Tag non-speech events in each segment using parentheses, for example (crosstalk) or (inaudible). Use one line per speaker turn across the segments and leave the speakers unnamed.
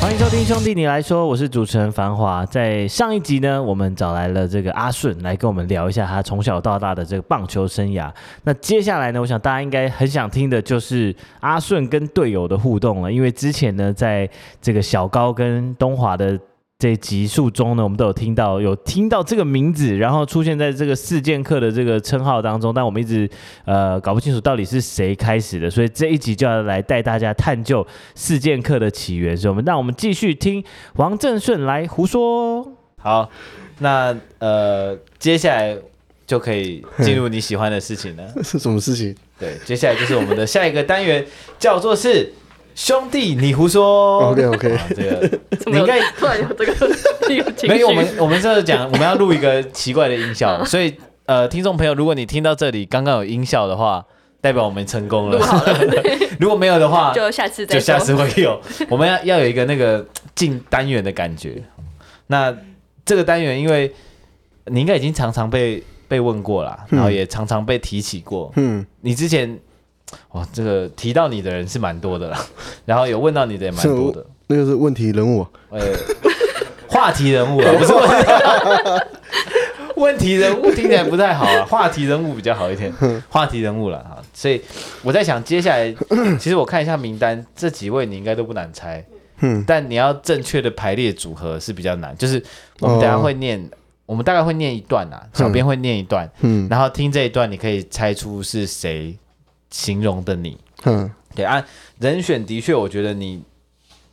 欢迎收听《兄弟你来说》，我是主持人繁华。在上一集呢，我们找来了这个阿顺来跟我们聊一下他从小到大的这个棒球生涯。那接下来呢，我想大家应该很想听的就是阿顺跟队友的互动了，因为之前呢，在这个小高跟东华的。这集数中呢，我们都有听到有听到这个名字，然后出现在这个事件课的这个称号当中，但我们一直呃搞不清楚到底是谁开始的，所以这一集就要来带大家探究事件课的起源。所以我们让我们继续听王正顺来胡说。
好，那呃，接下来就可以
(laughs)
进入你喜欢的事情了。
是什么事情？
对，接下来就是我们的下一个单元，叫做是兄弟你胡说。
OK，OK
(laughs) 啊这个
怎
你
么有
应该
突然有这
(laughs)
个这个情绪？
没有我们我们这是讲我们要录一个奇怪的
(laughs)
音效，所以呃，听众朋友，如果你听到这里刚刚有音效的话，代表我们成功了。 (laughs) 如果没有的话，
就下次再
就
说
下 (laughs) 次会有。我们要要有一个那个进单元的感觉。那这个单元，因为你应该已经常常被被问过啦，然后也常常被提起过。
嗯，
你之前哇，这个提到你的人是蛮多的啦， (laughs) 然后有问到你的也蛮多的。
那个是问题人物，
呃，话题人物啊，不是问题问题人物听起来不太好啊，话题人物比较好一点，话题人物了啊。所以我在想，接下来 (coughs) 其实我看一下名单，这几位你应该都不难猜，
嗯
但你要正确的排列组合是比较难。就是我们等一下会念，我们大概会念一段啊，小编会念一段，
嗯
然后听这一段，你可以猜出是谁形容的你。
嗯
对啊，人选的确，我觉得你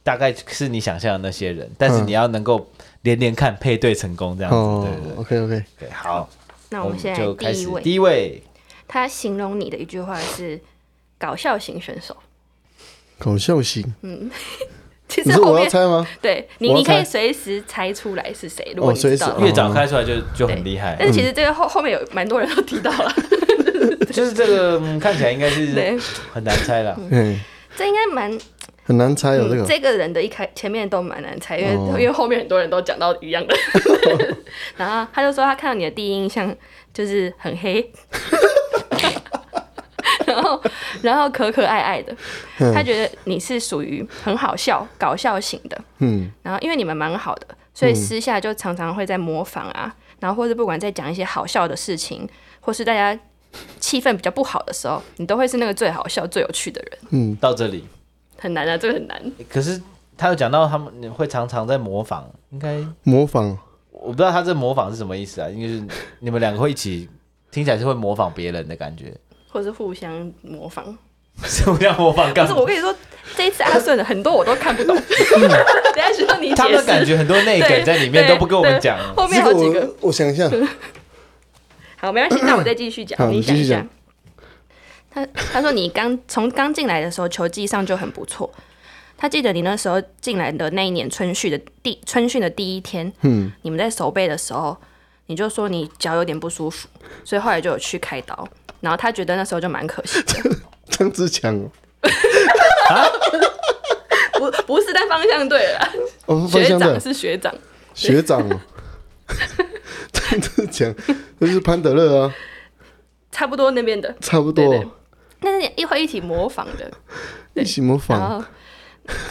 大概是你想象的那些人，但是
嗯
你要能够连连看配对成功这样子，
哦
对对对
，OK OK，
对，好，
那我们现在
就开
第一
始
位，
第一位，
他形容你的一句话是“搞笑型选手 (laughs)
搞笑型，”。
其
你
实
说
后
我要
面
猜
(laughs)
吗？
对你，
我要
你可以
猜
随时猜出来是谁，如果
哦
你知道的
随
话。
时
越早开出来就就很厉害
但，是其实这个后后面有蛮多人都提
(laughs)
到了，
就是这个、嗯看起来应该
对嗯
是很难猜了。
哎，
这应该蛮
很难猜哦，这
嗯
个
这个人的一开前面都蛮难猜，因为
哦
因为后面很多人都讲到一样的。 (laughs) 然后他就说他看到你的第一印象就是很黑， (laughs) 然后然后可可爱爱的，
嗯
他觉得你是属于很好笑、搞笑型的。
嗯
然后因为你们蛮好的，所以私下就常常会在模仿啊，然后或者不管在讲一些好笑的事情，或是大家气氛比较不好的时候，你都会是那个最好笑、最有趣的人。
嗯，
到这里，
很难啊，这个很难。
可是他有讲到他们会常常在模仿，应该
模仿
我不知道他这模仿是什么意思啊，因为是 (laughs) 你们两个会一起。听起来是会模仿别人的感觉， (laughs)
或是互相模仿。
什么叫模仿干
但
嘛
是？我跟你说，这一次阿顺的很多我都看不
(laughs)
懂，等一下需要你解释。
他们感觉很多内
对
梗在里面
对
都不跟我们讲。
对后面好几个。
我我想一
(laughs)
下，
好，没关系，那我再继续
好
讲，你想
你继
一
续
下
讲。
他他说你刚从刚进来的时候球技上就很不错，他记得你那时候进来的那一年春训的第春训的第一天，
嗯
你们在手背的时候，你就说你脚有点不舒服，所以后来就有去开刀，然后他觉得那时候就蛮可惜的，
张志强哦，
不不是但方向对了啦，
哦，是方
学
向
长
的
是学长，
学
(laughs)
长哦，张志强，那是潘德勒啊，
差不多那边的，
差不
对对
多，
那是一会一起模仿
(laughs)
的，
一起模
然
仿
后，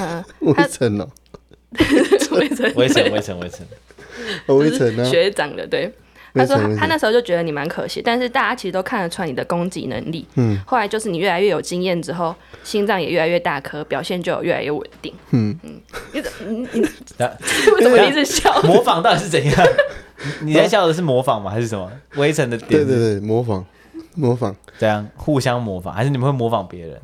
嗯，
魏
他
晨哦，
魏晨，
围城，
(laughs) 对
围城，围城。
哦魏
就是
晨啊，
学长的，对。
魏
他说
晨
他
魏
他
晨
那时候就觉得你蛮可惜，但是大家其实都看得出来你的攻击能力。
嗯
后来就是你越来越有经验之后，心脏也越来越大颗，表现就有越来越稳定。
嗯，
你怎你你
那
为什么你一直
(laughs)
笑？
模仿到底是怎
(laughs)
样？你你在笑的是模仿吗？还是什么？围城的点
对
是
对对，模仿模仿，
怎样？互相模仿，还是你们会模仿别人？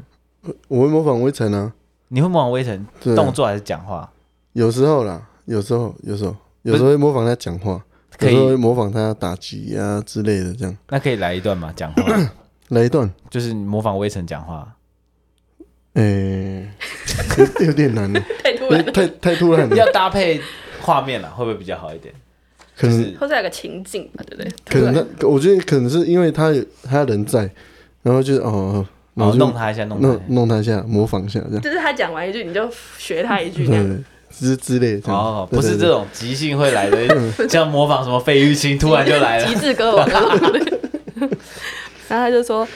我会模仿魏晨啊，
你会模仿围城
对啊
动作还是讲话？
有时候啦，有时候，有时候，有时候会模仿他讲话，
可
有
以
时候会模仿他打击啊之类的，这样
那可以来一段嘛？讲话
来一段，
就是你模仿围城讲话，
诶、 (laughs) 有有点
(laughs)
难了，
太突
诶
然了。
太太突然了，
要搭配画面了，会不会比较好一点？
可
就
能
是
或者有个情境吧，对不对？
可能他，我觉得可能是因为他有他人在，然后就是哦，然后
然后
就
弄他一下，弄他
弄
一
弄他一下，模仿一下这样，
就是他讲完一句，你就学他一句这样。
对之之类这
下。
样。
哦，
对
不是这，种即兴会
(laughs)
来的，像模仿什么费玉清突然就来
极 (laughs)
了。
致歌王。然后他就说，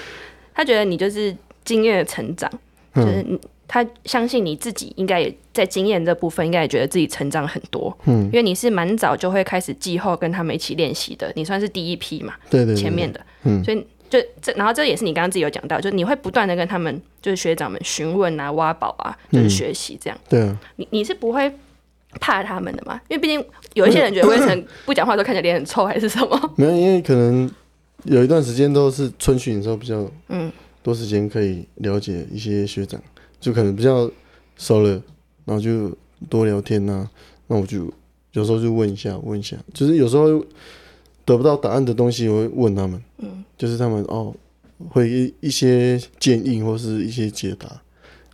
他觉得你就是经验的成长，
嗯
就是你他相信你自己应该也在经验这部分，应该也觉得自己成长很多，
嗯
因为你是蛮早就会开始季后跟他们一起练习的，你算是第一批嘛，
对对对对
前面的，
嗯
所以。就这，然后这也是你刚刚自己有讲到，就你会不断的跟他们，就是学长们询问啊、挖宝啊，就是
嗯
学习这样。
对啊，
你你是不会怕他们的嘛？因为毕竟有一些人觉得魏晨不讲话都看起来脸很臭，还是什么？
没有，因为可能有一段时间都是春训的时候比较，
嗯，
多时间可以了解一些学长，就可能比较熟了，然后就多聊天呐、那我就有时候就问一下，问一下，就是有时候得不到答案的东西，我会问他们，嗯，就是他们哦会一一些建议或是一些解答，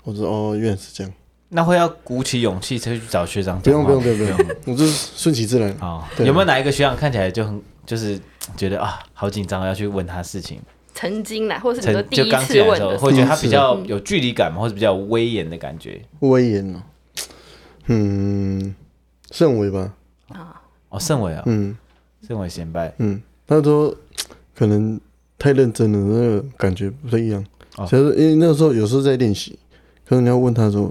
我说哦原来是这样，
那会要鼓起勇气才去找学长
不
讲
用
话。
不用不用不用，我就是顺其自然，
好，
对
有没有哪一个学长看起来就很就是觉得啊好紧张，要去问他事情？
曾经啦，或者是你说
曾
第
就
一
刚进
次
来的
问
时候，
的时
会
候，
觉得他
第一次
比较有距离感嘛，或者比较有威严的感觉。
威严哦，嗯，甚为吧，
哦，盛伟啊，
嗯。
盛伟显摆，
嗯，他说可能太认真了，那个感觉不太一样。
哦
所以说因为那个时候有时候在练习，可能你要问他说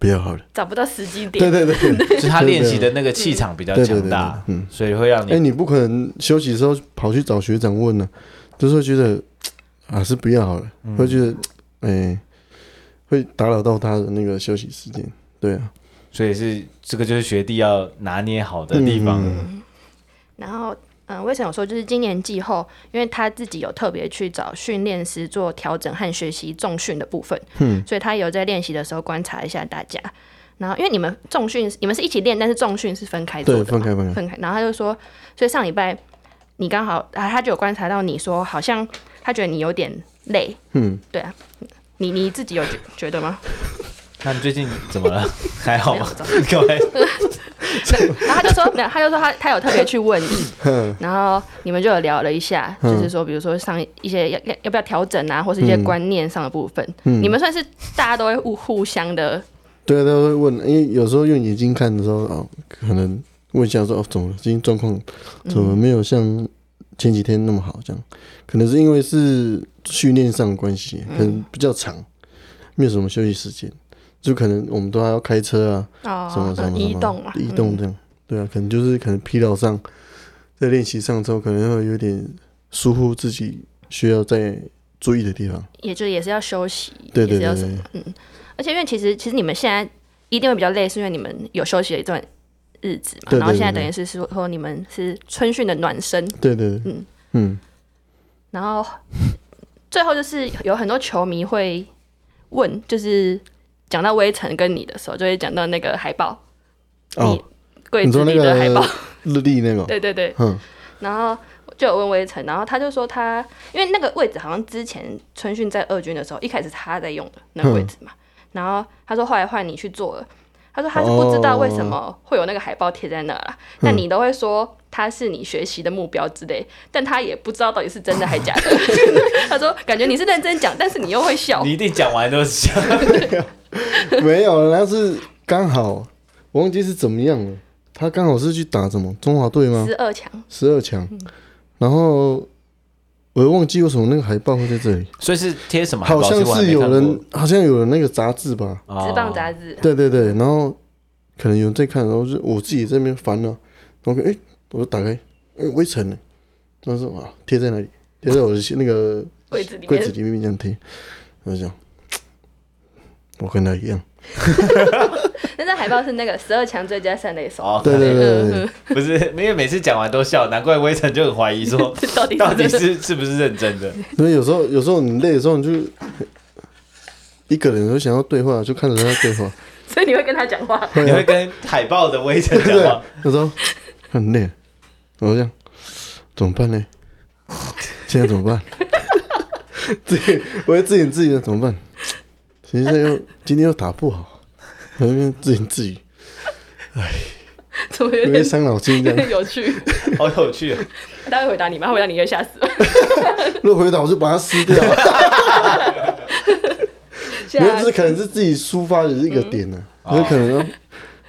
不要好了。
找不到时机
对对
点，
对，
(laughs) 就是他练习的那个气场比较
对对
强
对
大，
对对嗯
所以会让
哎，
你
你不可能休息的时候跑去找学长问呢、啊，就是会觉得啊是不要好了，
嗯
会觉得哎会打扰到他的那个休息时间。对啊，
所以是这个就是学弟要拿捏好的地方。
嗯
然后。嗯，魏晨有说，就是今年季后，因为他自己有特别去找训练师做调整和学习重训的部分，
嗯
所以他有在练习的时候观察一下大家。然后，因为你们重训，你们是一起练，但是重训是分开做
对，
的
分
嘛，
开分开。
分开。然后他就说，所以上礼拜你刚好，啊，他就有观察到你说，好像他觉得你有点累，
嗯，
你你自己有觉觉得吗？
那你最近
(laughs)
怎么了？还好
没有
吗？
走
各位，
(laughs) 然后他就说，没有，他就说他他有特别
(laughs)
去问你，然后你们就有聊了一下，
嗯
就是说，比如说上一些要要要不要调整啊，或是一些
嗯
观念上的部分，
嗯
你们算是大家都会互互相的，
对啊，他会问，因为有时候用眼睛看的时候，哦，可能问一下说，哦，怎么了今天状况怎么没有像前几天那么好？这样，可能是因为是训练上的关系，
嗯
可能比较长，没有什么休息时间，就可能我们都还要开车啊，
哦，
什么什么什么
移动嗯嘛，
移动这样，对啊，可能就是可能疲劳上，在练习上之后，可能会有点疏忽自己需要再注意的地方。
也就也是要休息，
对对
也是要
对
什么
对，
而且因为其实其实你们现在一定会比较累，是因为你们有休息了一段日子嘛，
对对
然后现在
对
等于是说说你们是春训的暖身，
对对对
嗯，
嗯
然后最后就是有很多球迷会问，就是讲到微尘跟你的时候，就会讲到那个海报，
哦
你，柜
你
子
说那
里的海报
个， (laughs) 日历那个哦，
对对对，
嗯。
然后就有问微尘，然后他就说他因为那个位置好像之前春训在二军的时候，一开始他在用的那个位置嘛，然后他说后来换你去做了。他说他是不知道为什么会有那个海报贴在那啦，那、你都会说他是你学习的目标之类，但他也不知道到底是真的还假的。他说感觉你是认真讲，但是你又会笑
(laughs) 你，一定讲完都是这样。
(laughs) 没有，那是刚好，我忘记是怎么样了。他刚好是去打什么中华队吗？
十二强
十二强，然后我又忘记为什么那个海报会在这里，
所以是贴什么海
好
报？
像
其实我还
是
没
有
看
人，好像有人那个杂志吧？
过
(laughs) 职棒
哦
杂志，
对对对，然后可能有人在看，然后就我自己这边翻了，然后看哎，我就打开，哎，微尘呢？他说啊，贴在那里，贴在我的那个
柜子里
柜子
面，
里面这样贴，我就讲，我跟他一样，
那张海报是那个十二强最佳三垒手，
哦，
对对对对对
嗯，
不是，因为每次讲完都笑，难怪微尘就很怀
(laughs)
疑说
到底
到
是
底
真的
是是不是认真的。
所以有时候，有时候你累的时候，你就一个人，就想要对话，就看着他对
(laughs)
话。
所以你会跟他讲话。
啊
你会跟海报的微尘讲话，
有时候很累，我就这样怎么办呢？现在怎么
(laughs)
办？自己，我会自言自语的怎么办？现在又今天又打不好，我就自言自语。
怎么有
有
点
点伤脑筋这样。
有点 (laughs) 有趣？
好有趣哦。
他会回答你吗？他回答你就吓死 (laughs) 了，
如果回答，我就把它
(laughs)
撕掉。
啊
吓
没有，就是可能是自己抒发的一个点呢、啊，
嗯
有、可能
哦
要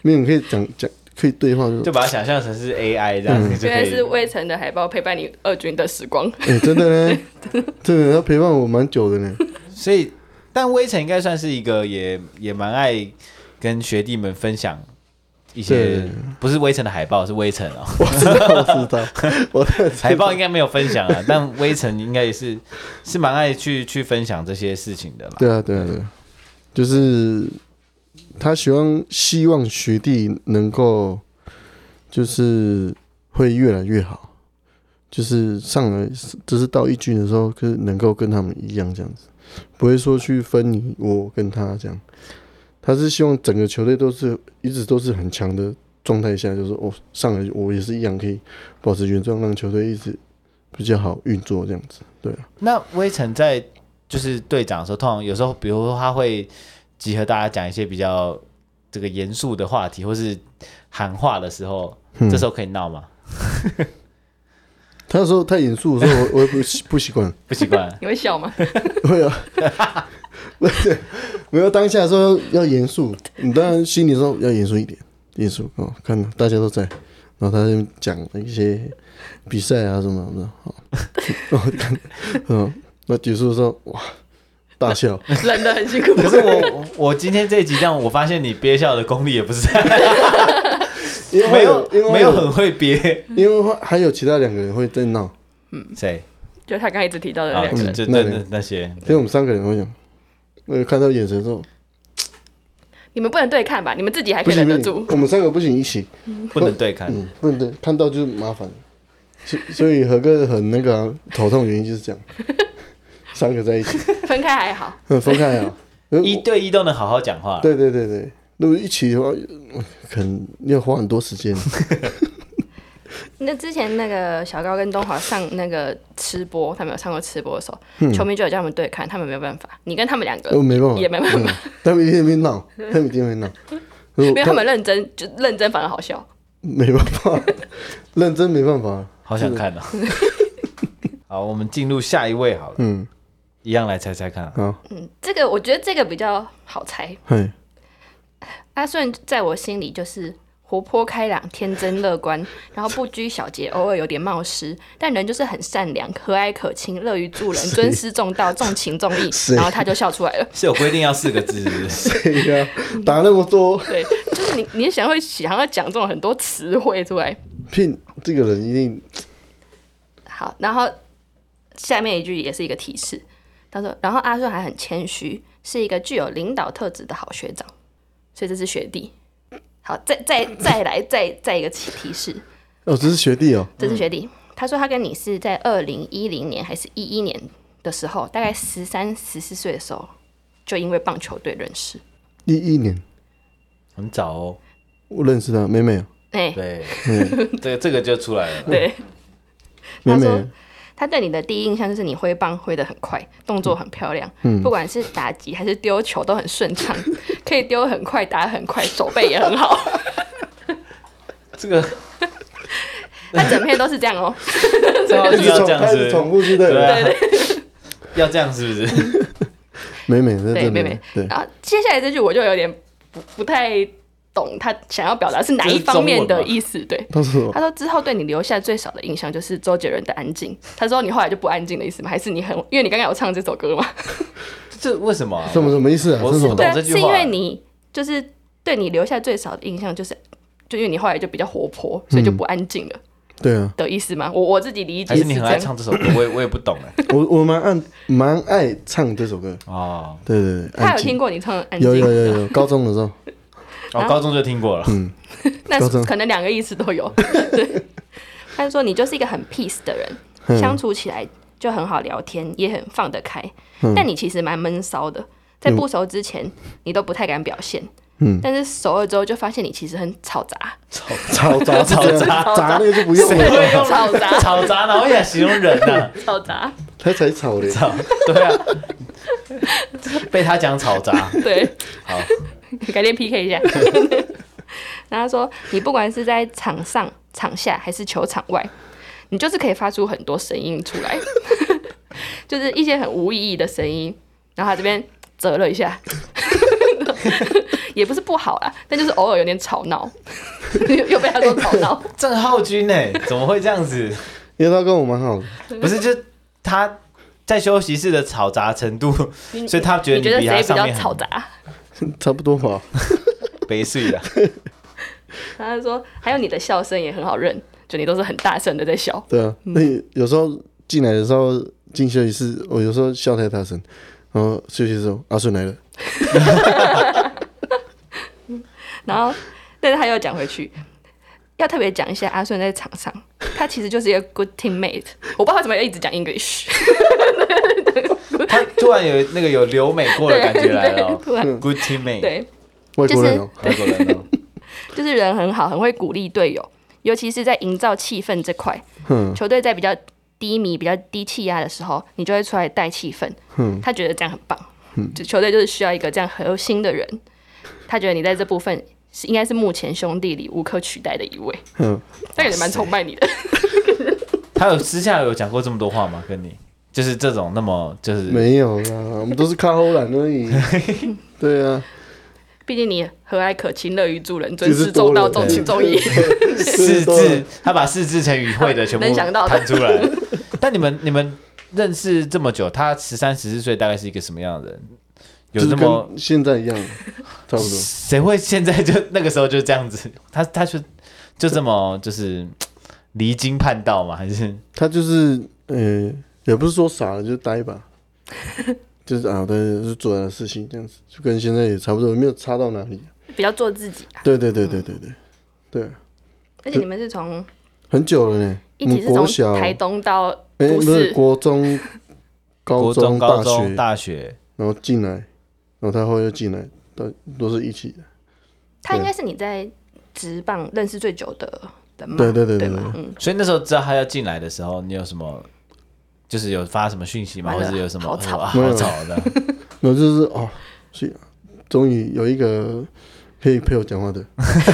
没有你可以讲讲，可以对话就
就把它想象成是 AI 这样
嗯
子就
原
可
来是
以。
未曾的海报陪伴你二军的时光。
哎、真的 (laughs) 呢，真的他陪伴我蛮久的呢。
所以，但微尘应该算是一个也也蛮爱跟学弟们分享一些
对，
不是微尘的海报，是微尘哦。
(laughs) 我知道，我知道，我知道
海报应该没有分享啊， (laughs) 但微尘应该也是是蛮爱去去分享这些事情的嘛。
对啊，对啊，对啊，就是他希望希望学弟能够就是会越来越好，就是上来就是到一军的时候，就是能够跟他们一样这样子，不会说去分你我跟他这样。他是希望整个球队都是一直都是很强的状态下，就是哦，上来我也是一样可以保持原状，让球队一直比较好运作这样子。对啊，
那微尘在就是队长的时候，通常有时候，比如说他会集合大家讲一些比较这个严肃的话题，或是喊话的时候，
嗯
这时候可以闹吗？
他说太严肃的时候，我我也不习不习惯。
不习惯
(laughs) 你会笑吗？
(laughs) 会啊，不是没有当下说要严肃，你当然心里说要严肃一点，严肃哦。看大家都在，然后他就讲一些比赛啊什么什么的， (laughs) 好，然后看，嗯，那结束的时候哇，大
(laughs)
笑，
冷的很辛 (laughs) 苦。
可是我我今天这一集这样，我发现你憋笑的功力也不是太
因为
没 (laughs) 有
因为
没有很会憋。
因为会还有其他两个人会在闹，
(laughs) 谁？
就他刚才一直提到的
啊，
呃两个
就
人，
就
那
那
个
那那些
所以我们三个人会讲，我看到眼神之后
你们不能对看吧？你们自己还
不
可以
行
忍
不
得
行
住，，
我们三个不行一起，
不能对看。
嗯，不对，看到就是麻烦，所所以何哥很那个啊、头痛，原因就是这
(laughs)
样，三个在一起，
分开还好。
很分开啊。呃
一对一都能好好讲话，
对对对对，如果一起的话，可能要花很多时
(laughs)
间。
那之前那个小高跟东华上那个吃播，他们有上过吃播的时候，
嗯
球迷就有叫他们对看，他们没有办法。你跟他们两个
我没办法，
也没办法
嗯，他们一定会闹，他们一定会闹。如果
(laughs) 没有他们认真，就认真反而好笑。
没办法， (laughs) 认真没办法。
好想看哦。 (laughs) 好，我们进入下一位好了，
嗯，
一样来猜猜看啊。
好，
嗯，这个我觉得这个比较好猜。
嘿，
阿顺啊在我心里就是活泼开朗、天真乐观， (laughs) 然后不拘小节，偶尔有点冒失，但人就是很善良、和蔼可亲、乐于助人、
谁
尊师重道、重情重义。
谁
然后他就笑出来了。
是有规定要四个字，是不是？ (laughs)
对哎呀、打那么多
对，就是你，你想会想要讲这种很多词汇出来。
骗，这个人一定
好，然后下面一句也是一个提示，他说，然后阿顺还很谦虚，是一个具有领导特质的好学长，所以这是学弟。好，再再再来再再一个提提示，
哦，这是学弟哦，
这是学弟，他说他跟你是在二零一零年还是一一年的时候，大概十三十四岁的时候，就因为棒球队认识。
一一年
很早哦。
我认识他，妹妹哦，
哎、
对，
嗯，
这个这个就出来了。
对，
妹
(laughs) 他说
嗯妹，
他对你的第一印象就是你挥棒挥得很快，动作很漂亮，
嗯
不管是打击还是丢球都很顺畅， (laughs) 可以丢很快，打得很快，手背也
(laughs)
很好。
这个
他整篇都是这样哦，
(laughs) 这
一
个就
直
要
重
这样
他一
是
直重复就对了
对。啊， (laughs) 要这样是不是？ (laughs)
美美在
对
这
妹
里
妹，。
对，
然后接下来这句我就有点不不太懂他想要表达是哪一方面的意思。对，
他说
他说之后对你留下最少的印象就是周杰伦的安静。他说你后来就不安静的意思吗？还是你很因为你刚刚有唱这首歌吗？
这为什么啊？
什么什么意思啊？
我
这是什么
(laughs) 懂
对啊，
这句话
是因为你就是对你留下最少的印象就是。就因为你后来就比较活泼，所以就不安静了、
对啊，
的意思吗？我我自己理解
嗯还是
这
你很爱
样。
唱这首歌？我也我也不懂哎。
我我蛮爱蛮爱唱这首歌。
哦，
对对对，
他
安
有听
静。
过你唱《安静》
有有有有，高中的时
(laughs)
候，
啊
我哦高中就听过了。
那
高中
可能两个意思都有。 (laughs) 对，他就说你就是一个很 peace 的人，
嗯
相处起来就很好聊天，也很放得开。
嗯
但你其实蛮闷骚的，在不熟之前你都不太敢表现，
嗯
但是熟了之后就发现你其实很吵杂，
吵
(laughs)
杂
吵
(laughs) 杂
杂
杂那个就不用
谁
了，
会用
吵杂
吵杂然后也形容人啊 (laughs) 呢？
吵杂，
他才吵的。
吵，对啊，被他讲吵杂。
(laughs) 对，
好， (laughs)
改天 PK 一下。然后他说，你不管是在场上、场下还是球场外，你就是可以发出很多声音出来， (laughs) 就是一些很无意义的声音。然后他这边折了一下， (laughs) 也不是不好啦，但就是偶尔有点吵闹， (laughs) 又又被他说吵闹。
郑浩君
(laughs)
哎、怎么会这样子？
因为他跟我蛮好的，
嗯
不是，就他在休息室的嘈杂程度，所以他觉得
你觉得
比
谁
他
比
上
较
面
嘈杂？
差不多吧。
悲碎啊了。
然后他说，还有你的笑声也很好认，就你都是很大声的在笑。
对啊，那有时候进来的时候进休息室，我有时候笑太大声，然后休息室说阿顺来了，
然后，但是他又讲回去，要特别讲一下阿顺在场上，他其实就是一个 good teammate。我不知道他怎么要一直讲 English， (laughs)
他突然有那个有留美过的感觉来了哦
对突然
，Good teammate，，
对，
外国人哦、
外国人哦，
就是人很好，很会鼓励队友，尤其是在营造气氛这块，
哼
球队在比较低迷、比较低气压的时候，你就会出来带气氛。
哼，
他觉得这样很棒，就球队就是需要一个这样核心的人。他觉得你在这部分是应该是目前兄弟里无可取代的一位，
哼，
(laughs) 他感觉蛮崇拜你的。
他有私下有讲过这么多话吗？跟你就是这种那么就是
没有啦，我们都是靠后懒而
(laughs)
已。对啊，
毕竟你和蔼可亲、乐于助人、尊
其
师
实多
重
哎
道、
了
重情重义。
(laughs)
四字，他把四字成语会的全部
啊能想到的
弹出
(laughs)
来。但你们你们认识这么久，他十三十四岁大概是一个什么样的人？有
就是
那么
跟现在一
(laughs)
样，差不多。
谁会现在就那个时候就这样子？ (laughs) 他他就就这么就是离经叛道吗？还是
他就是呃，也不是说傻了，就是呆吧， (laughs) 就是啊，但是就做他的事情这样子，就跟现在也差不多，没有差到哪里。
(laughs) 比较做自己啊。
对对对对对对，对，
而且你们是从
很久了呢。我
一起
们
是
国
从
小，
台
哎，
东到
不
都市
是国中、高
国中、
大
高中、
学，
大学？
然后进来，然后他后又进来，都都是一起的。
他应该是你在职棒认识最久的人嘛？
对对对对
对吗
对
嗯，
所以那时候知道他要进来的时候，你有什么？就是有发什么讯息吗？
完
或
了
者有什么
好吵
啊好吵的？ (laughs)
然后就是哦，是，终于有一个可以陪我讲话
(laughs)
的， (laughs)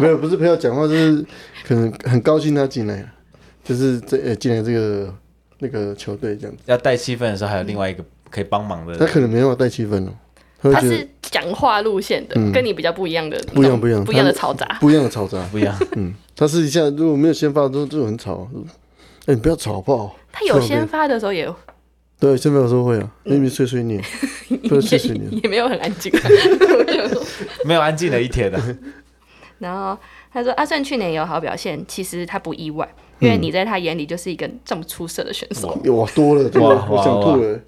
没有，不是陪我讲话，就是可能很高兴他进来了，就是这呃进来这个那个球队这样子，
要带气氛的时候，还有另外一个可以帮忙的
他
人。
可能没办法带气氛哦，他
他
会觉得
是讲话路线的，
嗯
跟你比较不一样的，
不一样不一样
不一样的
他
嘈杂。
不一样的嘈杂，
不一 (laughs) 样，
嗯，他私底下如果没有先发的时候就很吵，嗯哎、你不要吵好不好？
他有先嗯发的时候也
(laughs) 对，先发有时候会啊，那边碎碎
(laughs)
念，不要碎碎念，
也没有很安静。 (laughs)
没有安静的一天的。啊
然后他说阿顺去年有好表现，其实他不意外，
嗯
因为你在他眼里就是一个这么出色的选手。
哇多了多
哇
了，
哇
我想吐了，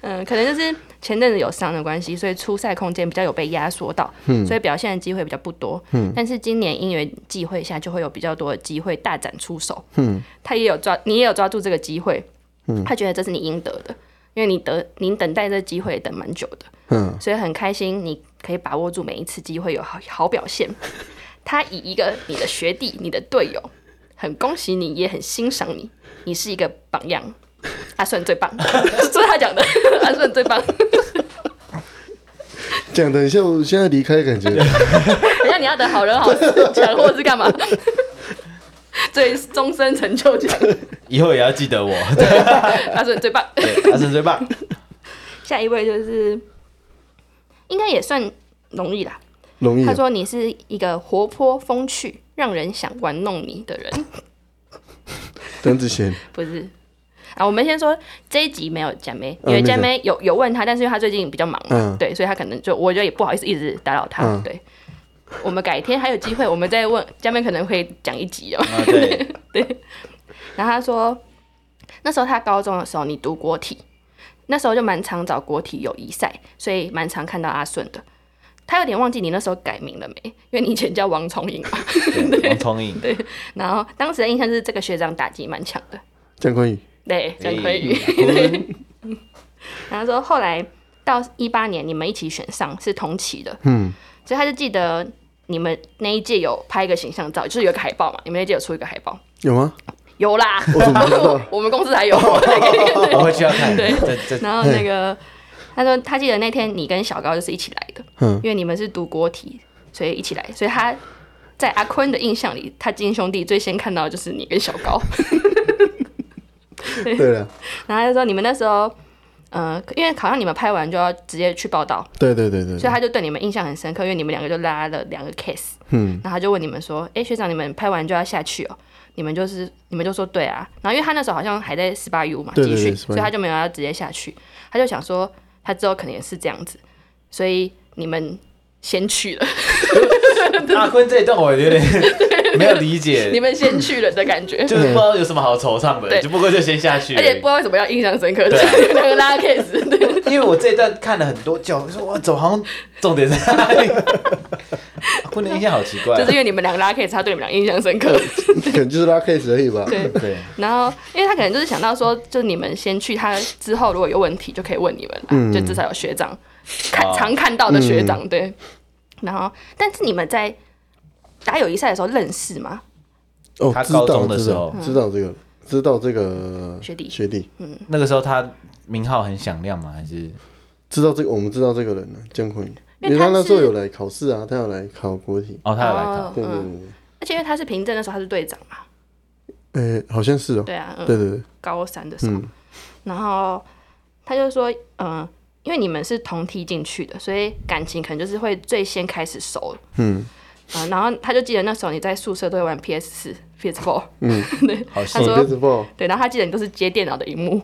嗯，可能就是前阵子有伤的关系，所以出赛空间比较有被压缩到，
嗯
所以表现的机会比较不多。但是今年因缘际会下，就会有比较多的机会大展出手。
嗯
他也有抓，你也有抓住这个机会，他觉得这是你应得的，因为你得您等待这机会也等蛮久的，
嗯，
所以很开心你可以把握住每一次机会，有好好表现。他以一个你的学弟、你的队友，很恭喜你，也很欣赏你，你是一个榜样。阿顺最棒， (laughs) 这是他讲的， (laughs) 阿顺最棒。
讲的很像我现在离开的感觉，
(laughs)
等一下你要等好人好事讲，或是干嘛？ (laughs) 最终身成就奖， (laughs)
以后也要记得 (laughs) 我，
阿顺最棒。
对，阿胜最棒。
下一位就是，应该也算容易啦。
容易啊、
他说你是一个活泼风趣、让人想玩弄你的人，
邓子贤，
不是？啊，我们先说这一集没有佳妹，因
嗯
为佳妹有有问他，但是因为他最近比较忙嘛，
嗯
对，所以他可能就我觉得也不好意思一直打扰他，
嗯
对。我们改天还有机会，我们再问佳妹，可能会讲一集哦。 (laughs)
啊，对，
然后他说，那时候他高中的时候，你读国体，那时候就蛮常找国体友谊赛，所以蛮常看到阿顺的。他有点忘记你那时候改名了没，因为你以前叫王崇颖嘛。
(laughs) 对王聪颖，
然后当时的印象是这个学长打击蛮强的，
江坤宇，
对，
哎
江奎宇。然后说后来到一八年你们一起选上是同期的，
嗯，
所以他就记得你们那一届有拍一个形象照，就是有一个海报嘛，你们那届有出一个海报，
有吗？
有啦，
我怎么不知道
(laughs) 我们公司
(laughs)
还有。我再给你看
哦我回去要看。
对
这这
然后那个他说他记得那天你跟小高就是一起来的，
嗯
因为你们是读国体，所以一起来。所以他在阿坤的印象里，他金兄弟最先看到的就是你跟小高。
对了，
然后他就说你们那时候，呃，因为好像你们拍完就要直接去报道，
对对对对
所以
对，
他就对你们印象很深刻，因为你们两个就拉了两个 case，
嗯，
然后他就问你们说，哎、学长，你们拍完就要下去哦。你们就是你们就说对啊，然后因为他那时候好像还在十八 U 嘛
对对
集训，
对18 U
所以他就没有要直接下去，他就想说他之后可能也是这样子，所以你们先去了，
阿坤这一段我有点没有理
(laughs) 你
解，
们先去了的感觉，
(laughs) 就是不知道有什么好惆怅的，
对
只不过就先下去
而
而
且
已
不知。道为什么要印象深刻，就 (laughs)
对啊
是那个拉 case，对，
因为我这一段看了很多教，我说我走好像重点 (laughs) 在哪里？阿坤的印象好奇怪啊
就，是因为你们两个拉 case，他对你们俩印象深刻，
可能就是拉 case 而已吧。
对。
对，
然后，因为他可能就是想到说，就你们先去，他之后如果有问题就可以问你们啦，
嗯
就至少有学长看、
哦
常看到的学长、对。然后，但是你们在打友谊赛的时候认识吗？
哦
他，
知道
高中的
知
时
道
候
知道这个，知道这个
学弟
学弟，
那个时候他名号很响亮嘛，还是
知道这个我们知道这个人了，啊姜昆宇，
因为
因为他
他
那时候
是
有来考试啊，他有来考国体，
哦，他有来考
哦，
对对
嗯，
对
而且因为他是凭证的时候他是队长嘛，
对，诶，好像是哦，
对啊，嗯，
对对对，
高三的时候，
嗯，
然后他就说，嗯、因为你们是同梯进去的，所以感情可能就是会最先开始熟，
嗯，
嗯、然后他就记得那时候你在宿舍都会玩 PS 四、PS Four，
嗯
(laughs)
好
他
像
说
哦，Best Ball，
对，然后他记得你都是接电脑的
(laughs)
荧幕，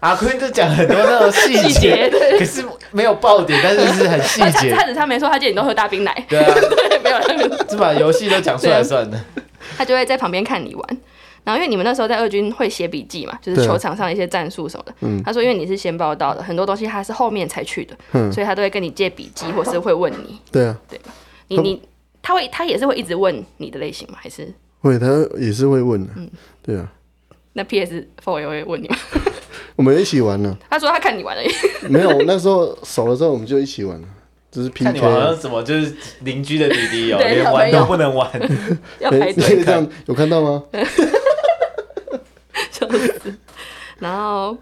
阿坤就讲很多那种细
细节 (laughs)
节，可是没有爆点，但是是很细
他
节
他。只是他没说，他记得你都喝大冰奶， (laughs)
对啊，
对，没有，他没有
这把游戏都讲出来算 (laughs) 了。
他就会在旁边看你玩。然后因为你们那时候在二军会写笔记嘛，就是
对啊
球场上的一些战术什么的。他说因为你是先报道的，很多东西他是后面才去的，
嗯
所以他都会跟你借笔记，或是会问
(laughs)
你，
对啊，
你你他会他也是会一直问你的类型吗？还是
会他也是会问的，
嗯
对啊，
那 PS Four 也会问你吗？ (laughs)
我们一起玩呢，
他说他看你玩了，
没有， (laughs) 那时候熟了之后我们就一起玩了，只是啊
看
PK，
你们好像什么就是邻居的弟弟哦，
对
连玩都不能玩。
(laughs) 要
诶
排队。
(laughs)
嗯
这样有看到吗？
然后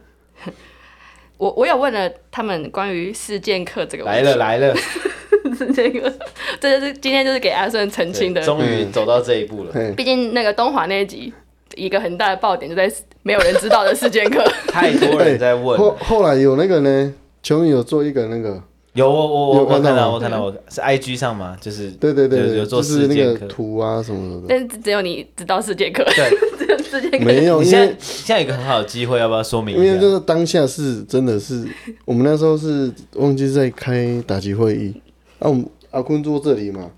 (laughs) 我我有问了他们关于四剑客这个问
来
题
了来了，
(laughs) 这个，这就是今天就是给阿顺澄清的。
终于走到这一步了。
嘿，
毕竟那个东华那一集，一个很大的爆点就在没有人知道的事件课。
太多人在 (laughs) 问
后
了，
后来有那个呢，球迷有做一个那个，
有我我我
有
我
看
看
到
到
吗
我看到我是 IG 上吗？就是
对对对
有
对，
有做
就是
事
那
件
个
课。
图啊什么什么
但是只有你知道世界课，
对，
(laughs) 只有世界
的，
课。
没有，
你
因
现
为
在啊现在有一个很好的机会，要不要说明
因为
一
就
下？
是当下是真的是，我们那时候是忘记在开打击会议，啊，我们阿坤坐这里嘛，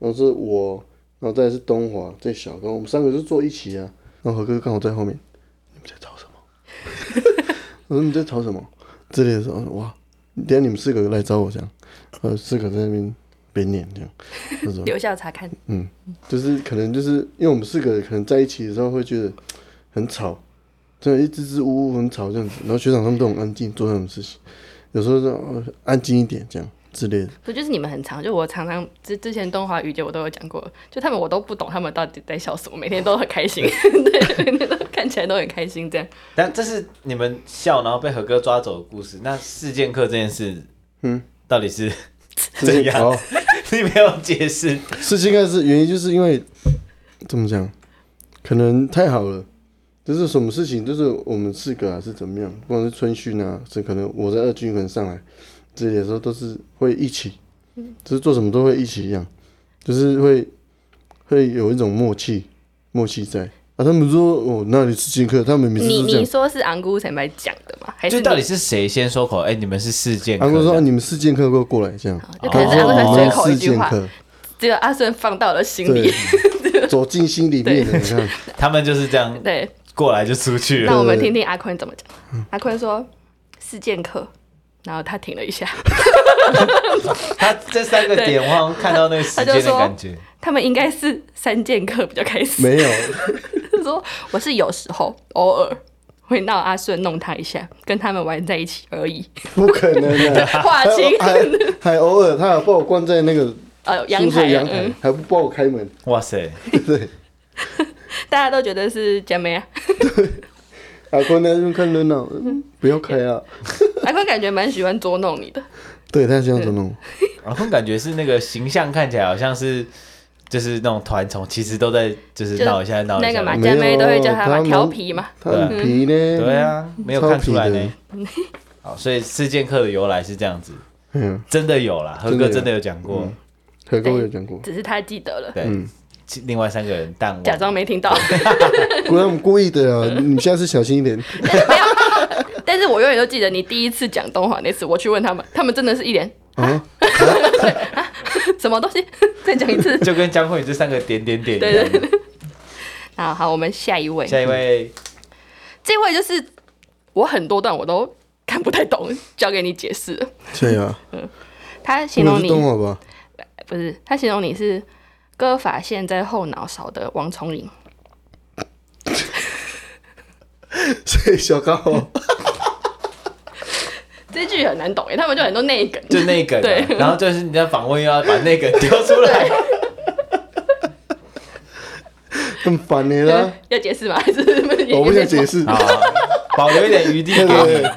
然后是我，然后再来是东华，再小刚，我们三个就坐一起啊，然后何哥刚好在后面，你们在吵什么？
(laughs)
我说你在吵什么？这里的时候哇，等一下你们四个来找我这样，呃，四个在那边别脸这样，那种
留下查看，
就是可能就是因为我们四个可能在一起的时候会觉得很吵，真的，一支支呜呜很吵这样子。然后学长他们都很安静，做他们的事情，有时候就、呃安静一点这样之类的。
不就是你们很常，就我常常之之前东华雨姐我都有讲过，就他们我都不懂他们到底在笑什么，每天都很开心，对，每天都 (laughs) 看起来都很开心这样。
但这是你们笑然后被何哥抓走的故事。那事件课这件事，
嗯，
到底是 (laughs)
这是哦
怎样
好，
你没有解释？
事情开始原因就是因为怎么讲，可能太好了。就是什么事情，就是我们四个啊是怎么样，不管是春训啊，是可能我在二军可能上来，这些时候都是会一起，就是做什么都会一起一样，就是会会有一种默契，默契在。啊，他们说哦，那里是剑客，他们每次
你
是这
你
样。
说是昂姑前白讲的吗？还是
就
你
到底是谁先收口？哎、你们是事件课
韩国
这
说、啊、
样，
你们是剑客，给我过来这样。
就可能是阿
他
顺
说
随
哦
口一句话
是剑客
只有阿顺放到了心里？
对，走进心里面了，你看，
他们就是这样
(laughs) 对，
过来就出去了。
那我们听听阿坤怎么讲。阿坤说四剑客，然后他停了一下， (laughs)
他这三个点，我好像看到那个时间的感觉。
他们应该是三剑客比较开心。
没有，
他说我是有时候偶尔会闹阿顺弄他一下，跟他们玩在一起而
(laughs)
已。
不可能的、
划清，
还还偶尔他还把我关在那个
呃，阳
宿舍
台啊
阳，台
嗯，，
还不帮我开
(laughs)
门，
哇塞，
大家都觉得是姐妹啊。
阿坤啊在那边看热闹，嗯不要开啊！
阿坤感觉蛮喜欢捉弄你的，嗯
对他这样子弄，
阿坤感觉是那个形象看起来好像是就是那种团宠，其实都在就是
就
闹一下闹一
那
下
个嘛，
的。
没有
家妹都会叫他
他
嘛
们
调皮嘛，
他很皮呢，
对，啊，没有
嗯超
看出
皮
来
的
呢。好，所以事件课的由来是这样子，
嗯，
真的有啦，何
真的
哥
有
真的有讲过。
何哥我有讲过，
只是他记得了，
对
嗯，
其另外三个人淡
假
忘。
装没听到。
果然我们故意的啊，
嗯
你下次小心一点。
(laughs) 但是我永远都记得你第一次讲东华那次，我去问他们，他们真的是一脸
啊，
(laughs) 什么东西，再讲一次。
就跟江慧宇这三个点点点一
对
样。
对啊，好，我们下一位，
下一位，
这位就是我很多段我都看不太懂，交给你解释了。
对啊，
他
你
形
们是
容你
动画吧？ (laughs)
不是，他形容你是割发线在后脑勺的王崇林。
所以小高哦，
这句很难懂哎，他们就很多内梗。
就那个，
(laughs) 对
然后就是你在访问又要把那个丢出
(laughs)
来，
很烦你啦，
(laughs) 要解释吗？还是你
我不想解释。
好，保留一点余地给
对对
你
对。，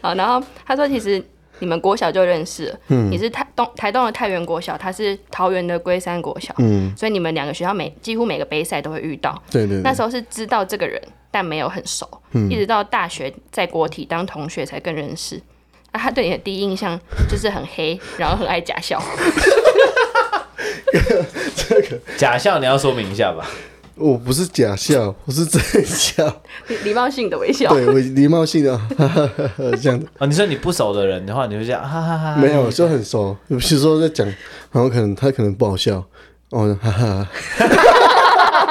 好，然后他说，其实你们国小就认识了，
嗯
你是台东台东的太原国小，他是桃园的龟山国小，
嗯，
所以你们两个学校每几乎每个杯赛都会遇到。
对对嗯
那
对
时，候是知道这个人，但没有很熟，一直到大学在国体当同学才更认识。啊，他对你的第一印象 (laughs) 就是很黑，然后很爱假笑。 (laughs)
这个
假笑你要说明一下吧，
我哦不是假笑，我是真笑，
礼礼貌性的微笑。
对我礼貌性的哈哈哈哈这样的，
啊，你说你不熟的人的话，你会这样哈哈哈哈。
没有就很熟。有些时候在讲，然后可能他可能不好笑，哦，哈哈，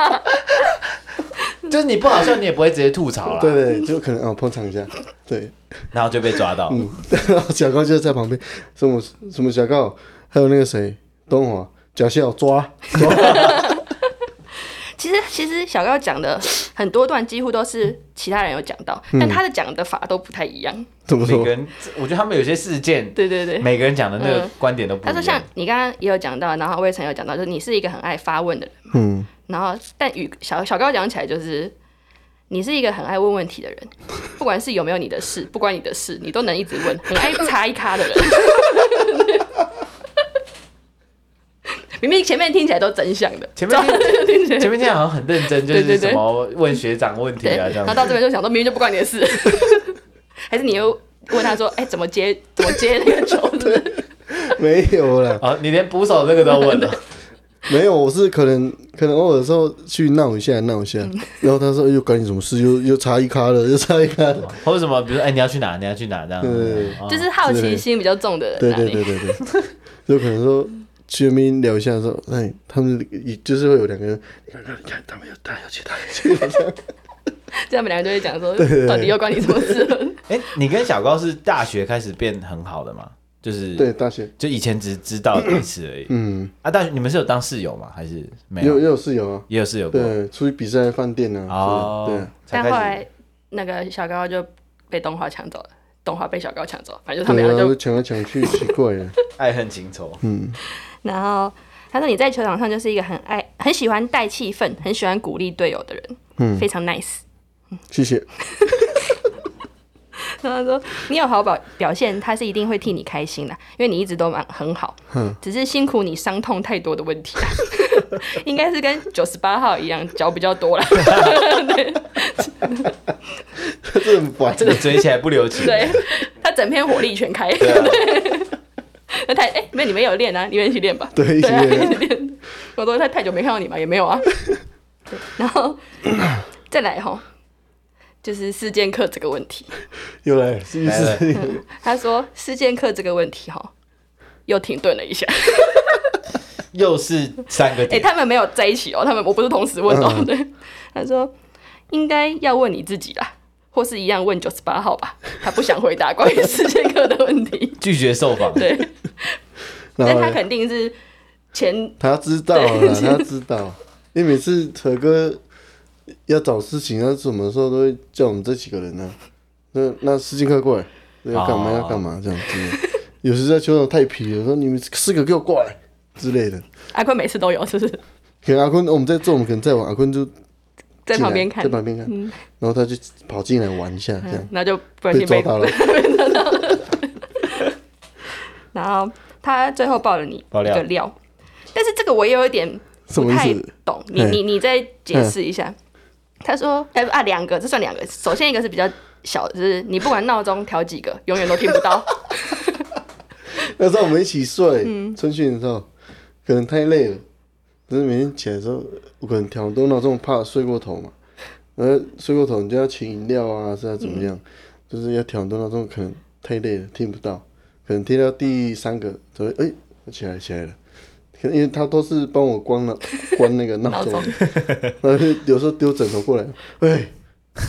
(laughs) 就是你不好笑，你也不会直接吐槽啦，
(laughs) 对对，就可能哦捧场一下，对，
然后就被抓到。
嗯，然后小高就在旁边，什么什么小高，还有那个谁，东华。假笑抓，
其实其实小高讲的很多段几乎都是其他人有讲到，
嗯
但他的讲的法都不太一样。
怎么
每
说
个？人，我觉得他们有些事件，
对对对。
每个人讲的那个观点都不一
嗯他
样。
说像你刚刚也有讲到，然后魏晨有讲到，就是你是一个很爱发问的人，
嗯，
然后但与小小高讲起来就是。你是一个很爱问问题的人，不管是有没有你的事，不关你的事，你都能一直问，很爱插一咖的人。 (laughs) 明明前面听起来都真相的，
前面听
听起来
(laughs) 前面这样好像很认真，就
对对
是
对
什么问学长问题
(laughs) 对，
啊
然
这样
后
子。
到这边就想说，明明就不关你的事，还是你又问他说，哎、怎么接怎么接那个球？
没有啦，
哦，你连捕手这个都问了，
没有，我是可能可能偶尔的时候去闹一下闹一下，然后他说哎又干你什么事，又又差一咖了，又差一咖了，
(laughs) 或者什么，比如说哎你要去哪，你要去哪这样子
对。
哦
就是好奇心比较重的人、啊，
对对
你
对对对， (laughs) 就可能说去那边聊一下说，哎，他们也就是会有两个人，你看看你看他们有他有去他有去，
这样我们两个就会讲说，
对对
到底又关你什么
(laughs)
事？
哎，你跟小高是大学开始变很好的嘛？就是
对，大学，
就以前只知道彼此而已。
嗯，
啊，大学你们是有当室友吗？还是没
也有
有
也？有室友啊，
也有室友过。
对，出去比赛饭店啊，
哦，
对啊，
但
才
后
开始。
来那个小高就被东华抢走了，东华被小高抢走，反正就他们
对
两
啊，
个就
就抢来抢去，奇怪了，
爱恨情仇，
嗯，
然后他说你在球场上就是一个很爱、很喜欢带气氛、很喜欢鼓励队友的人，
嗯
非常 nice。
谢谢， (laughs)
然后他说你有好表表现，他是一定会替你开心的，因为你一直都蛮很好，
哼，
只是辛苦你伤痛太多的问题、啊， (laughs) 应该是跟九十八号一样，脚比较多了。 (laughs) 对
这很烦，
这个嘴起来不留
(laughs)
情。
对，他整篇火力全开。
对啊，
(laughs) 那太哎，没有你们有练啊，你们一起练吧。
对，一起
对啊，一
练
起练。我说他太久没看到你嘛，也没有啊。对然后 (clears throat) 再来哈，就是事件课这个问题。
又来了，是不
来了
是？
他说事件课这个问题哈，又停顿了一下。
又是三个
哎、
点。
他们没有在一起哦，他们我不是同时问哦。对，他说应该要问你自己啦，或是一样问九十八号吧。他不想回答关于世界课的问题，
拒绝受访，
对，
(laughs) 然
但
后
他
呢
肯定是前
他知道了，他知道，因为每次腿哥要找事情要什么时候，都会叫我们这几个人呢、那那司机快过来，要干嘛
哦
要干嘛这样子。有时在球场太皮了，说你们四个给我过来之类的。
阿坤每次都有，是不是
可能阿坤，我们在做，我们可能在玩，阿坤就
在
进来
旁边看嗯
在？旁边看，然后他就跑进来玩一下，这样
嗯，那就不小
被
心
抓
被
到了。
然后他最后爆了你
爆
一
料
个
(laughs)
料，但是这个我也有一点
什
不
么
太
意思？
懂，你
嘿
你你再解释一下。他说：“哎、啊，两个，这算两个。首先一个是比较小，就是你不管闹钟调几个，永远都听不到。
那时候我们一起睡，春训的时候，可能太累了，就是每天起来的时候，我可能调多闹钟，怕睡过头嘛。然后睡过头，你就要请饮料啊，是要怎么样？就是要调多闹钟，可能太累了，听不到，可能听到第三个，才会哎、我起来起来了。可能因为他都是帮我关 (laughs) 了关那个闹钟
闹，
然后就有时候丢枕头过来，哎、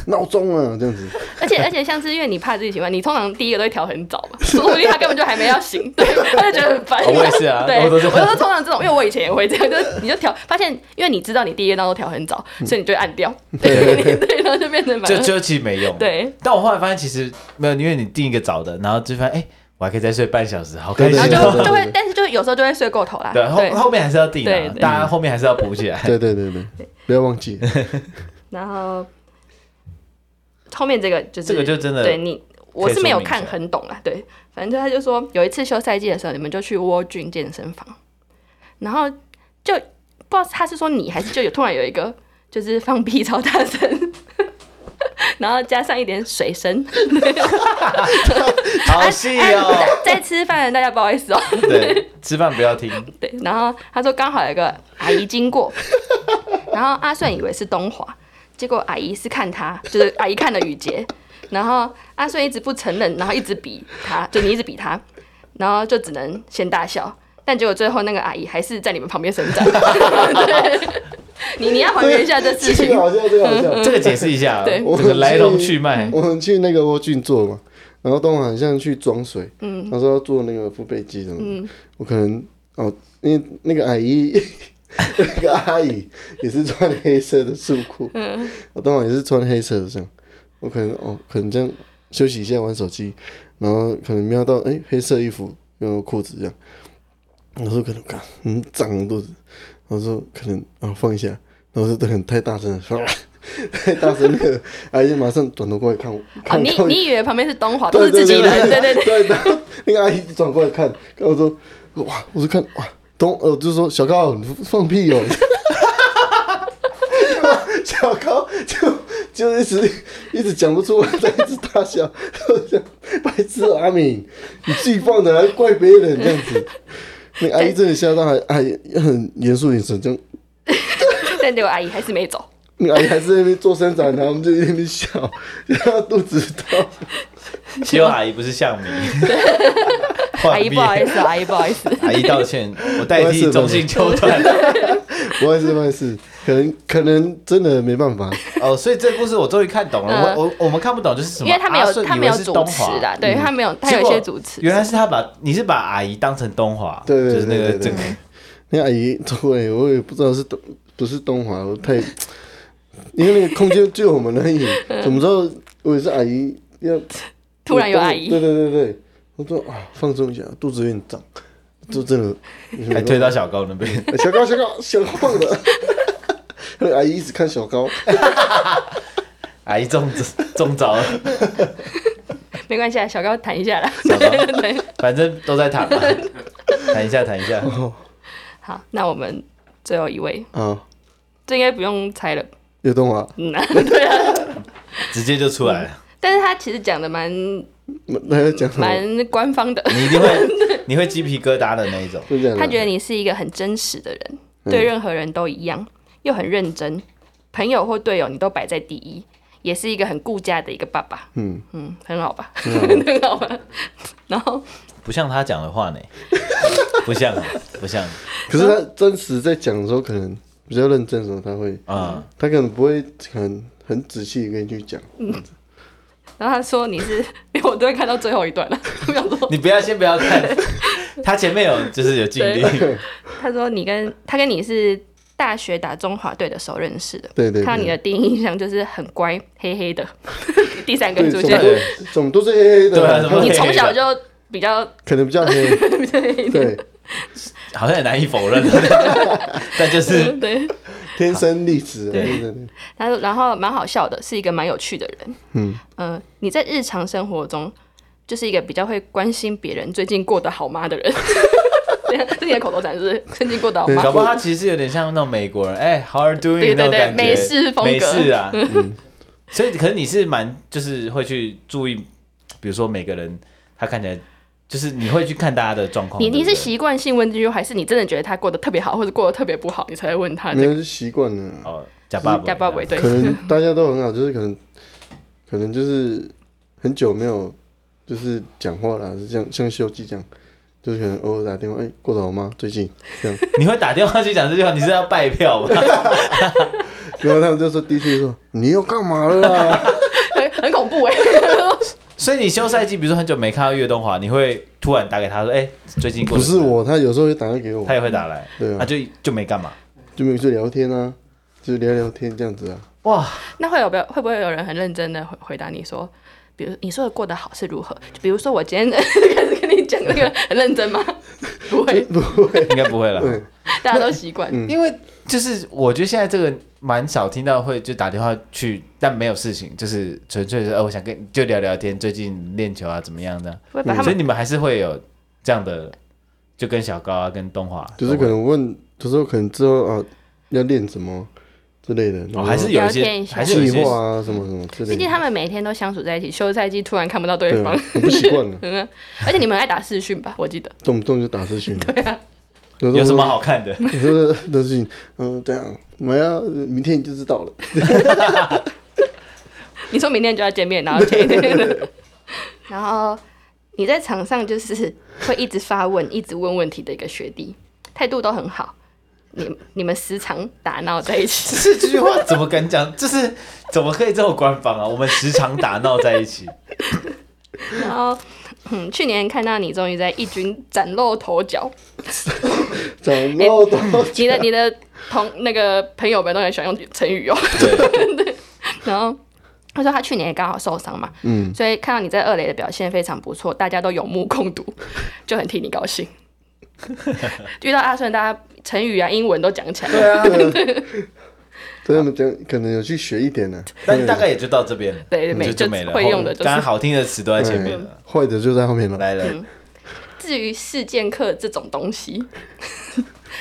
闹钟啊，这样 (laughs) 子。
而
(laughs)
且而且，像是因为你怕自己喜欢，你通常第一个都会调很早嘛， (laughs) 说不定他根本就还没要
(laughs)
醒，对，他就觉得很烦。
哦我也是啊
对，
我
我
都
就是是通常这种，因为我以前也会这样，就是你就调，发现因为你知道你第一个闹钟调很早，
嗯
所以你就会按
(laughs)
掉，对对，然后就变成反
这
正
这其实没用。，
对，
但我后来发现其实没有，因为你定一个早的，然后就发现哎，我还可以再睡半小时，好开
对
心
然后
对
就
哦。 (laughs)
就会，但是就有时候就会睡过头啦，
对，后后面还是要定
对
啊，
对啊
大家后面还是要补
(laughs)
起来。
对对对对，不要忘记。
然后后面这个就是
这个就真的
对你，我
可以
是没
说
有
明一
看
下
很懂啦。对，反正他就说有一次休赛季的时候，你们就去窝俊健身房，然后就不知道他是说你还是就有突然有一个就是放屁超大声。 (laughs) 然后加上一点水声，
好戏哦，
(laughs) 在在吃饭，大家不好意思哦。
对，吃饭不要听，
对，然后他说刚好有一个阿姨
(laughs)
经过，然后阿顺以为是东华，结果阿姨是看他，就是阿姨看了雨杰，然后阿顺一直不承认，然后一直比他，就你一直比他，然后就只能先大笑，但结果最后那个阿姨还是在你们旁边伸
(laughs)
展。对，你你要还原一下这
(laughs) 这
事情
个，好笑，这个好笑。
这个解释一下，啊
对嗯
这个来龙去脉。
我们去那个沃郡做嘛，然后东华好像去装水，嗯，他说要做那个腹背肌什么的，我可能哦，因为那个阿姨， (laughs) 那个阿姨也是穿黑色的束裤，嗯，我东华也是穿黑色的这样，我可能哦，可能这样休息一下玩手机，然后可能瞄到哎、黑色衣服，然后裤子这样，我说可能看很脏肚子，我说可能啊、放一下，然后说这可能太大声了， (laughs) 说太大声那个阿姨马上转头过来看我，
哦，
看
你
看我
你以为旁边是东华，啊都
对
是自己人，
对
对对对。 (laughs)
对，然后那个阿姨转过来看，看我说哇，我说看哇，东，呃，我就说小高你放屁哦， (laughs) 小高就就一直一直讲不出来，他一直大笑，我就讲白痴哦阿敏，你自己放的还怪别人这样子。那个阿姨真的吓到还，还很严肃眼神，这样。
但结果阿姨还是没走。
那个阿姨还是在那边做伸展，然后我们就在那边笑，然后肚子痛。
希望阿姨不是像你，
(laughs) 阿姨不好意思，阿姨不好意思。
阿姨道 (laughs) 歉，我代替中信球团。
不好意思，不好意思，可能可能真的没办法。
(laughs) 哦，所以这故事我终于看懂
嗯
了。我我我们看不懂就是什么，
因为他没
阿
有
顺
他
以
没
为
有
是
主
东
持啊
华
的，对他没有他有一
结
些
果
主持。
原来是他把你是把阿姨当成东华，
对对
就是那个
对对
整个
对那阿姨，对我也不知道是东不是东华，我太因为那个空间就我们而已，怎么知道我也是阿姨要
突然有阿姨
对对对对，我说啊，放松一下，肚子有点胀，就真的
还推到小高那
(laughs)
边。
哎小高小高小高胖了，那个 (laughs) 阿姨一直看小高，
阿姨中中招了，
没关系，啊，小高谈一下啦。
小高
(laughs) 对，
反正都在
(laughs)
躺嘛，谈一下谈一下。
好，那我们最后一位，
啊，
这应该不用猜了。
有东华，
嗯、 (laughs) 啊，对啊。
直接就出来了。
但是他其实讲的蛮
那要讲什么？
蛮官方的，
嗯
你一
(laughs)
定会，你会鸡皮疙瘩的那一种。
就这样啊，
他觉得你是一个很真实的人，
嗯
对任何人都一样，又很认真，朋友或队友你都摆在第一，也是一个很顾家的一个爸爸。
嗯，
嗯，很好吧， (laughs) 很好吧。然后
不像他讲的话呢，不像，不像，
可是他真实在讲的时候，可能比较认真的时候，他会
嗯，
他可能不会很很仔细地跟你去讲。
然后他说你是， (laughs) 因为我都会看到最后一段了，我想说
你不要先不要
(laughs)
看，他前面有就是有尽力，
他说你跟他跟你是大学打中华队的时候认识的，
对对对
看到你的第一印象就是很乖，黑黑的， (laughs) 第三个
对，
出
怎
现
么，都怎么都是黑黑的，
对啊怎么都
你
黑
从小就比较 (laughs)
可能比较黑，对，
好像也难以否认。
(laughs)
但就是
(laughs) 对，
天生丽质啊，
对
对对对，
他说然后蛮好笑的，是一个蛮有趣的人，嗯呃，
(laughs)
你在日常生活中就是一个比较会关心别人最近过得好吗的人，这你的口头禅是不是曾经过刀吗
对？
搞不好他其实有点像那种美国人，哎、h o w are you
对
doing
对
那种
对，
感觉，
美式风
美
格，
式
(laughs)
啊。所以，可是你是蛮就是会去注意，比如说每个人他看起来，就是你会去看大家的状况。
你你
对
是
不对
习惯性问这句话，还是你真的觉得他过得特别好，或者过得特别不好，你才会问他
没
这个？
有是习惯了啊，
哦，假爸爸，
加巴尾对
可，能大家都很好，就是可能可能就是很久没有就是讲话了，啊是这样，像秀记这样，就是可能偶尔打电话，哎、过得好吗？最近这样，
你会打电话去讲这句话，你是要拜票
(laughs)
吧？
然后他们就说第一句说你又干嘛了啊？
很 (laughs) 很恐怖哎、
所以你休赛季，比如说很久没看到岳东华，你会突然打给他说：“哎、最近过
不
得
是
怎么样，
我，他有时候会打电话给我
他，也会打来，
对
他、
啊，
就就没干嘛。
就没有就聊天啊，就聊聊天这样子啊。
哇，
那会有没有会不会有人很认真的回回答你说，比如你说的过得好是如何？就比如说我今天 (laughs) 开始跟你讲那个很
(laughs)
认真吗？不
哎
会，
应该不会了。
对
大家都习惯。
嗯
因为就是我觉得现在这个蛮少听到会就打电话去，但没有事情，就是纯粹是哦，我想跟就聊聊天，最近练球啊怎么样的。
会把他
所以
们
你们还是会有这样的，就跟小高啊，跟东华，
就是可能问，有时候可能之后啊要练什么之类的，然
哦
后
还是有一
聊天
些
一，下
还是有一
计
些
划啊什么什么之类
毕竟
的。
他们每天都相处在一起，休赛季突然看不到对
对
方
啊，，很不习惯了，
(laughs) 嗯，而且你们很爱打视讯吧？我记得
动不动就打字群。对啊，
有什么好
(laughs)
看的？
你说的的事情，嗯，这样，我们要明天你就知道了。
你说明天就要见面，然后前
(laughs)
一天，然后你在场上就是会一直发问、一直问问题的一个学弟，态度都很好。你你们时常打闹在一起，
这这句话怎么敢讲？就是怎么可以这么官方啊？我们时常打闹在
(laughs)
一起，
然后，嗯，去年看到你终于在一军崭露头角，
怎
哎
么都
你
(laughs)
的你的同那个朋友们都很喜欢用成语哦。 (laughs) 然后他说他去年也刚好受伤嘛，
嗯，
所以看到你在二垒的表现非常不错，大家都有目共睹，就很替你高
(laughs)
兴。遇到阿顺，大家成语啊、英文都讲起来了。
对他们讲，可能有去学一点呢。
但大概也就到这边了，
对没
就就
就
没了。
会用的就是
刚刚好听的词都在
对
前面了。
坏的就在后面了。
来
嗯
了，
至于事件课这种东西，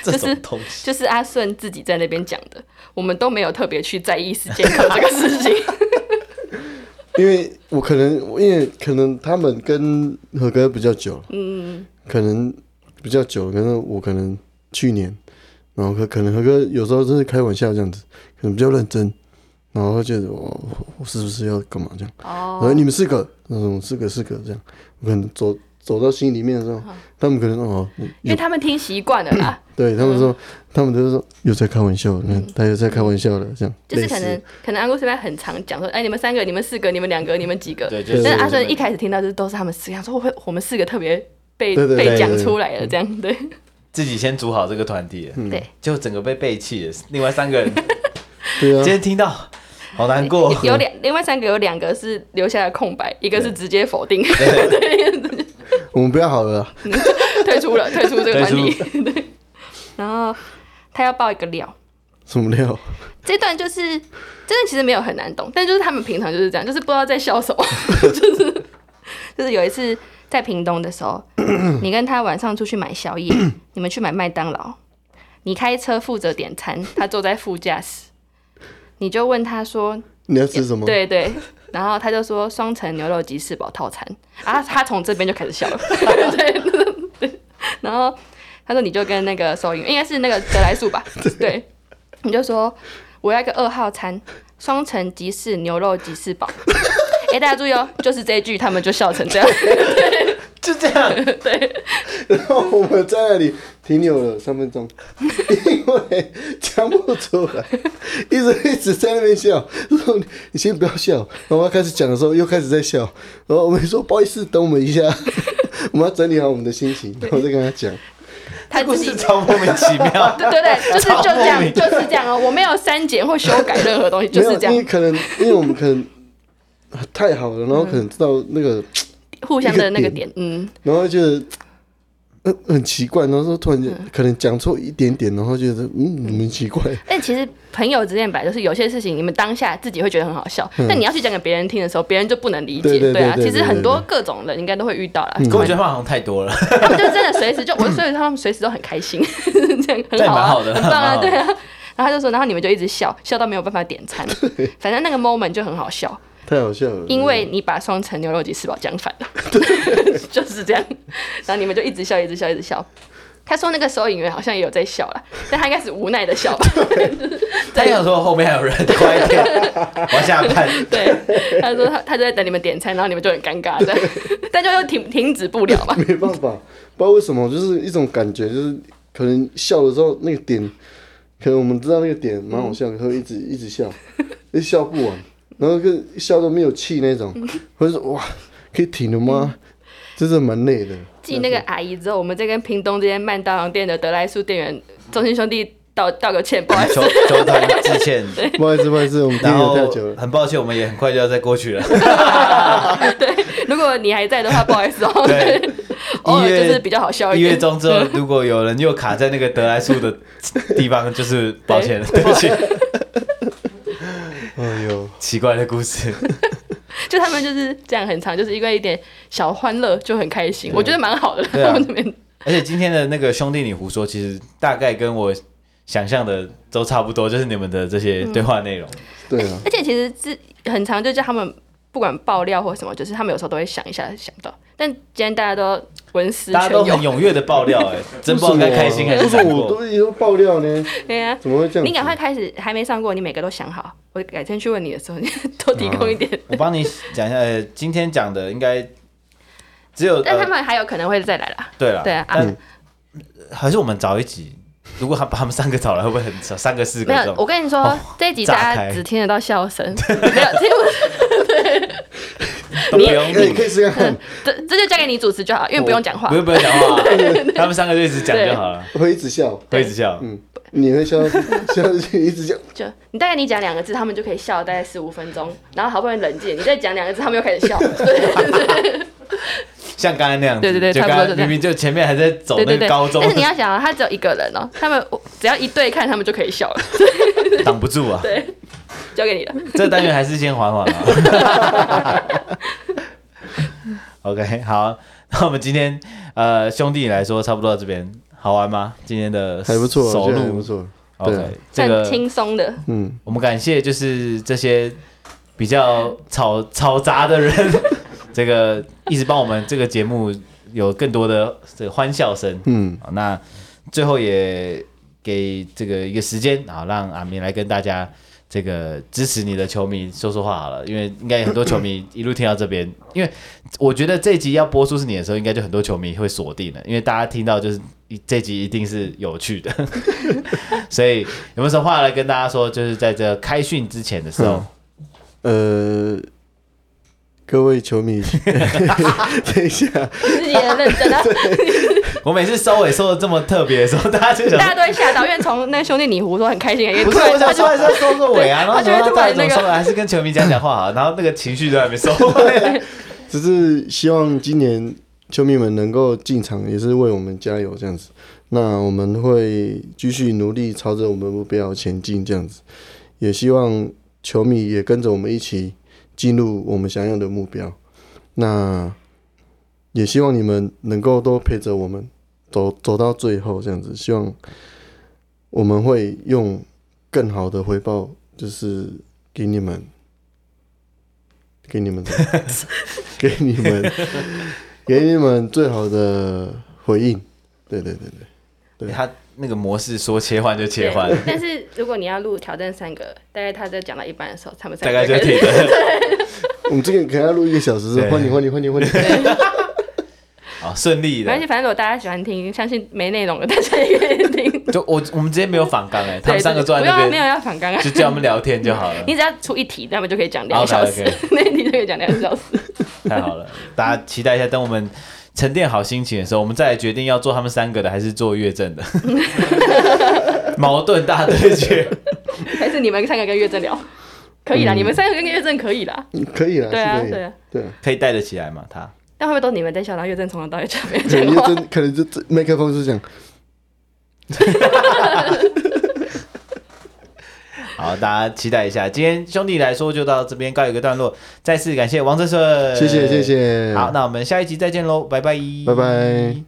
这
就是
种东西，
就是阿顺自己在那边讲的，我们都没有特别去在意事件课这个事
(laughs)
情。
因为我可能，因为可能他们跟何哥比较久，嗯，可能比较久，可能我可能去年，然后可可能何哥有时候真是开玩笑这样子，可能比较认真，然后觉得我我我是不是要干嘛这样？然后
哦，
你们四个，嗯，四个四个这样，我可能走走到心里面的时候，他们可能哦，
因为他们听习惯了啦，
对他
嗯
们说，他们都说又在开玩笑，你看他又在开玩笑了，这样
就是
类似
可能可能安姑这边很常讲说，哎，你们三个、你们四个、你们两个、你们几个，
对，就
但
是
是阿顺一开始听到就是都是他们四个，他说会我们四个特别被
对对对
被讲
对对嗯
出来了这样，对
自己先组好这个团体，
对。
就整个被背弃了。另外三
(laughs)
个人
对
今
啊，
天听到，好难过。
有两，另外三个有两个是留下了空白，一个是直接否定，
我们不要好了啊啦，
(laughs) 退出了，退出这个
退
团体 (laughs)
出。
对，然后他要爆一个料，
什么料？
这段就是真的其实没有很难懂，但就是他们平常就是这样，就是不知道在笑什么， (laughs) 就是就是有一次在屏东的时候，你跟他晚上出去买宵夜，你们去买麦当劳，你开车负责点餐，他坐在副驾驶，你就问他说
你要吃什么？
对对，然后他就说双层牛肉吉士堡套餐啊，他从这边就开始笑了， (laughs) 对对对，然后他说你就跟那个收银应该是那个德来素吧，对，你就说我要一个二号餐，双层吉士牛肉吉士 (laughs) 堡。哎、大家注意哦，就是这一句，他们就笑成这样。
就这
(laughs)
样，
然后我们在那里停留了三分钟，因为讲不出来，一直一直在那边笑，说你你先不要笑，然后他开始讲的时候又开始在笑，然后我们说不好意思，等我们一下， (laughs) 我们要整理好我们的心
(laughs)
情，然后再跟他讲。
他
故
自己
事超莫名其妙。
(laughs) 对对对，就是就这
超莫
样，
名
就是这样哦，我没有删减或修改任何东西，就
没有，
是这
因为
样，
可能因为我们可能啊太好了，然后可能知道那个，
互相的那
一
个
个
点
点，
嗯，
然后就呃很奇怪，然后说突然间可能讲错一点点，然后觉得嗯很奇怪，
但其实朋友之间本来就是有些事情，你们当下自己会觉得很好笑，但你要去讲给别人听的时候，别人就不能理
嗯对
解。
对对
啊，
对
其
对嗯
实很多各种人应该都会遇到啦。
可我觉得话好像太多了，
他 (laughs) 们就真的随时就，我所以他们随时都很开心， (laughs) 这样
这
很
样
好
蛮
啊，
好的
很棒
(laughs) 蛮
啊，
好的
对啊。然后他就说，然后你们就一直笑，笑到没有办法点餐。
(laughs)
反正那个 moment 就很好笑，
太好笑了。
因为你把双层牛肉及四宝讲反了， (laughs) 就是这样。然后你们就一直笑，一直笑，一直笑。他说那个收银员好像也有在笑啦，但他应该是无奈的笑吧。
(laughs)
他想说后面还有人，
(laughs)
快一点，我要下班。
对，他说他他就在等你们点餐，然后你们就很尴尬的，但就又停停止不了嘛。
(laughs)
没办法，不知道为什么，就是一种感觉，就是可能笑的时候那个点，可能我们知道那个点蛮好笑，可会一直一直
(laughs)
笑，一直笑不完，然后跟笑都没有气那种，
嗯
或者说哇，可以停了吗？真的蛮累的。
继那个阿姨之后，我们再跟屏东这间麦当劳店的德莱素店员中心兄弟道道个歉，不好意思
求。求他们致
(laughs)
歉，
不好意思，不好意思，我们停
然
了
后
太久了。
很抱歉，我们也很快就要再过去
(laughs)
了。
对，如果你还在的话，不好意思哦。
对，
(laughs) 偶尔
一月
就是比较好笑一
一
点
月中之后，如果有人又卡在那个德莱树的地方，就是抱歉了，
(laughs)
对不起。
哎呦，
奇怪的故事，
就他们就是这样很长，就是因为一点小欢乐就很开 (laughs) 心，我觉得蛮好的啦。
对啊
他们这边
而且今天的那个兄弟你胡说，其实大概跟我想象的都差不多，就是你们的这些
嗯
对话内容。
对啊，
而且其实是很常就叫他们。不管爆料或什么，就是他们有时候都会想一下想到，但今天大家都文思
大家
泉
都很
涌，
踊跃的爆料、 (laughs) 哎，真不知道该开心还是
为什
难
么我
过。
都一直爆料呢？
对啊呀、
怎么会这样子？
你赶快开始，还没上过，你每个都想好。我改天去问你的时候，你多提供一
(laughs)
点。
(laughs) 我帮你讲一下，呃，今天讲的应该只有，
但他
呃、
们还有可能会再来啦。
对了，
对啊，啊
但还是我们找一集，如果他把他们三个找来，会不会很少？三个四个
没
这
有。
种
我，跟你说，
哦
这一集
炸
大
开
家只听得到笑
(laughs)
声，没有听不。
都不用
哎，可
录
以试看看，
这这就交给你主持就好，因为不用讲话
不。用不用
(laughs)
讲话、他们三个就一直讲就好了，
我会一直笑，
会一直笑。
你会笑，笑一直笑。
就你大概你讲两个字，他们就可以笑大概十五分钟，然后好不容易冷静，你再讲两个字，他们又开
(laughs)
始笑。
像刚才那样子，
对对对
就
差不
刚
多就这
才明
样
明就前面还在走
对
那
对
个
对，
高中
但，是你要想啊，他只有一个人哦，他们只要一对看，他们就可以笑了。
(laughs) 挡不住啊。
对，交给你了。
这个单元还是先缓缓啊。OK，好，那我们今天呃兄弟来说差不多到这边，好玩吗？今天的
还不错，
首
我觉得还
录
不错。对啊
OK，这
很
个
轻松的，
嗯，
我们感谢就是这些比较吵吵杂的人，这个一直帮我们这个节目有更多的这个欢笑声。
嗯
好，啊那最后也给这个一个时间啊，好让阿明来跟大家这个支持你的球迷说说话好了，因为应该有很多球迷一路听到这边，因为我觉得这一集要播出是你的时候，应该就很多球迷会锁定了，因为大家听到就是一这集一定是有趣的， (laughs) 所以有没有什么话来跟大家说？就是在这开训之前的时候， (laughs)
呃，各位球迷， (laughs) 等一下，
自己也认
(laughs)
真啊。
我每次收尾收的这么特别的时候，大家就想
大家。都会吓到，因为从那兄弟你胡说很开心，也
不
突
是，
然
我想说还是要收个尾啊，然后
他就
想
会
到
突
大家
然
怎么
那
收
个
尾，还是跟球迷讲讲话好，然后那个情绪都还没收回来。
只是希望今年球迷们能够进场，也是为我们加油这样子。那我们会继续努力朝着我们目标前进这样子，也希望球迷也跟着我们一起进入我们想要的目标。那也希望你们能够都陪着我们走走到最后这样子，希望我们会用更好的回报，就是给你们，给你们的。 (laughs) 给你们，给你们最好的回应。对对对对，对
(laughs) 他那个模式说切换就切换，
对 (laughs) 但是如果你要录挑战三个，大概他在讲到一半的时候，他们
大
三
概
个
就
开始
停了。
我们这个可能要录一个小时，是吧
对
换你换你换你换你。
好，顺
(laughs)
利
没关
的
系，。反正如果大家喜欢听，相信没内容的大家也可以听。
就我我们直接没有反刚哎，他们
对
三个坐在
不用
(laughs) 那
啊 (laughs) 没有
边，
要反刚啊
就，叫他们聊天就好
(laughs)
了。
你只要出一题，他们就可以讲两个
OK，
小时
OK，
(laughs) 那一题就可以讲两个小
(laughs)
时。
太好了，大家期待一下，等我们沉淀好心情的时候，我们再来决定要做他们三个的还是做岳
(laughs)
正的。矛盾大对决，
还是你们三个跟岳正聊，
嗯
可以啦，你们三个跟岳正可以啦。
(laughs) 可以啦，
对啊，
是可以
对啊，
对啊，
可以带得起来吗？他
但会不会都你们在笑？然后岳正从头到尾
(laughs)
就没有
可
讲
能就
话。
真可能就这麦克风是这样，
好，大家期待一下。今天兄弟来说就到这边告一个段落，再次感谢王振顺，
谢谢谢。谢，
好，那我们下一集再见喽，拜拜，
拜拜。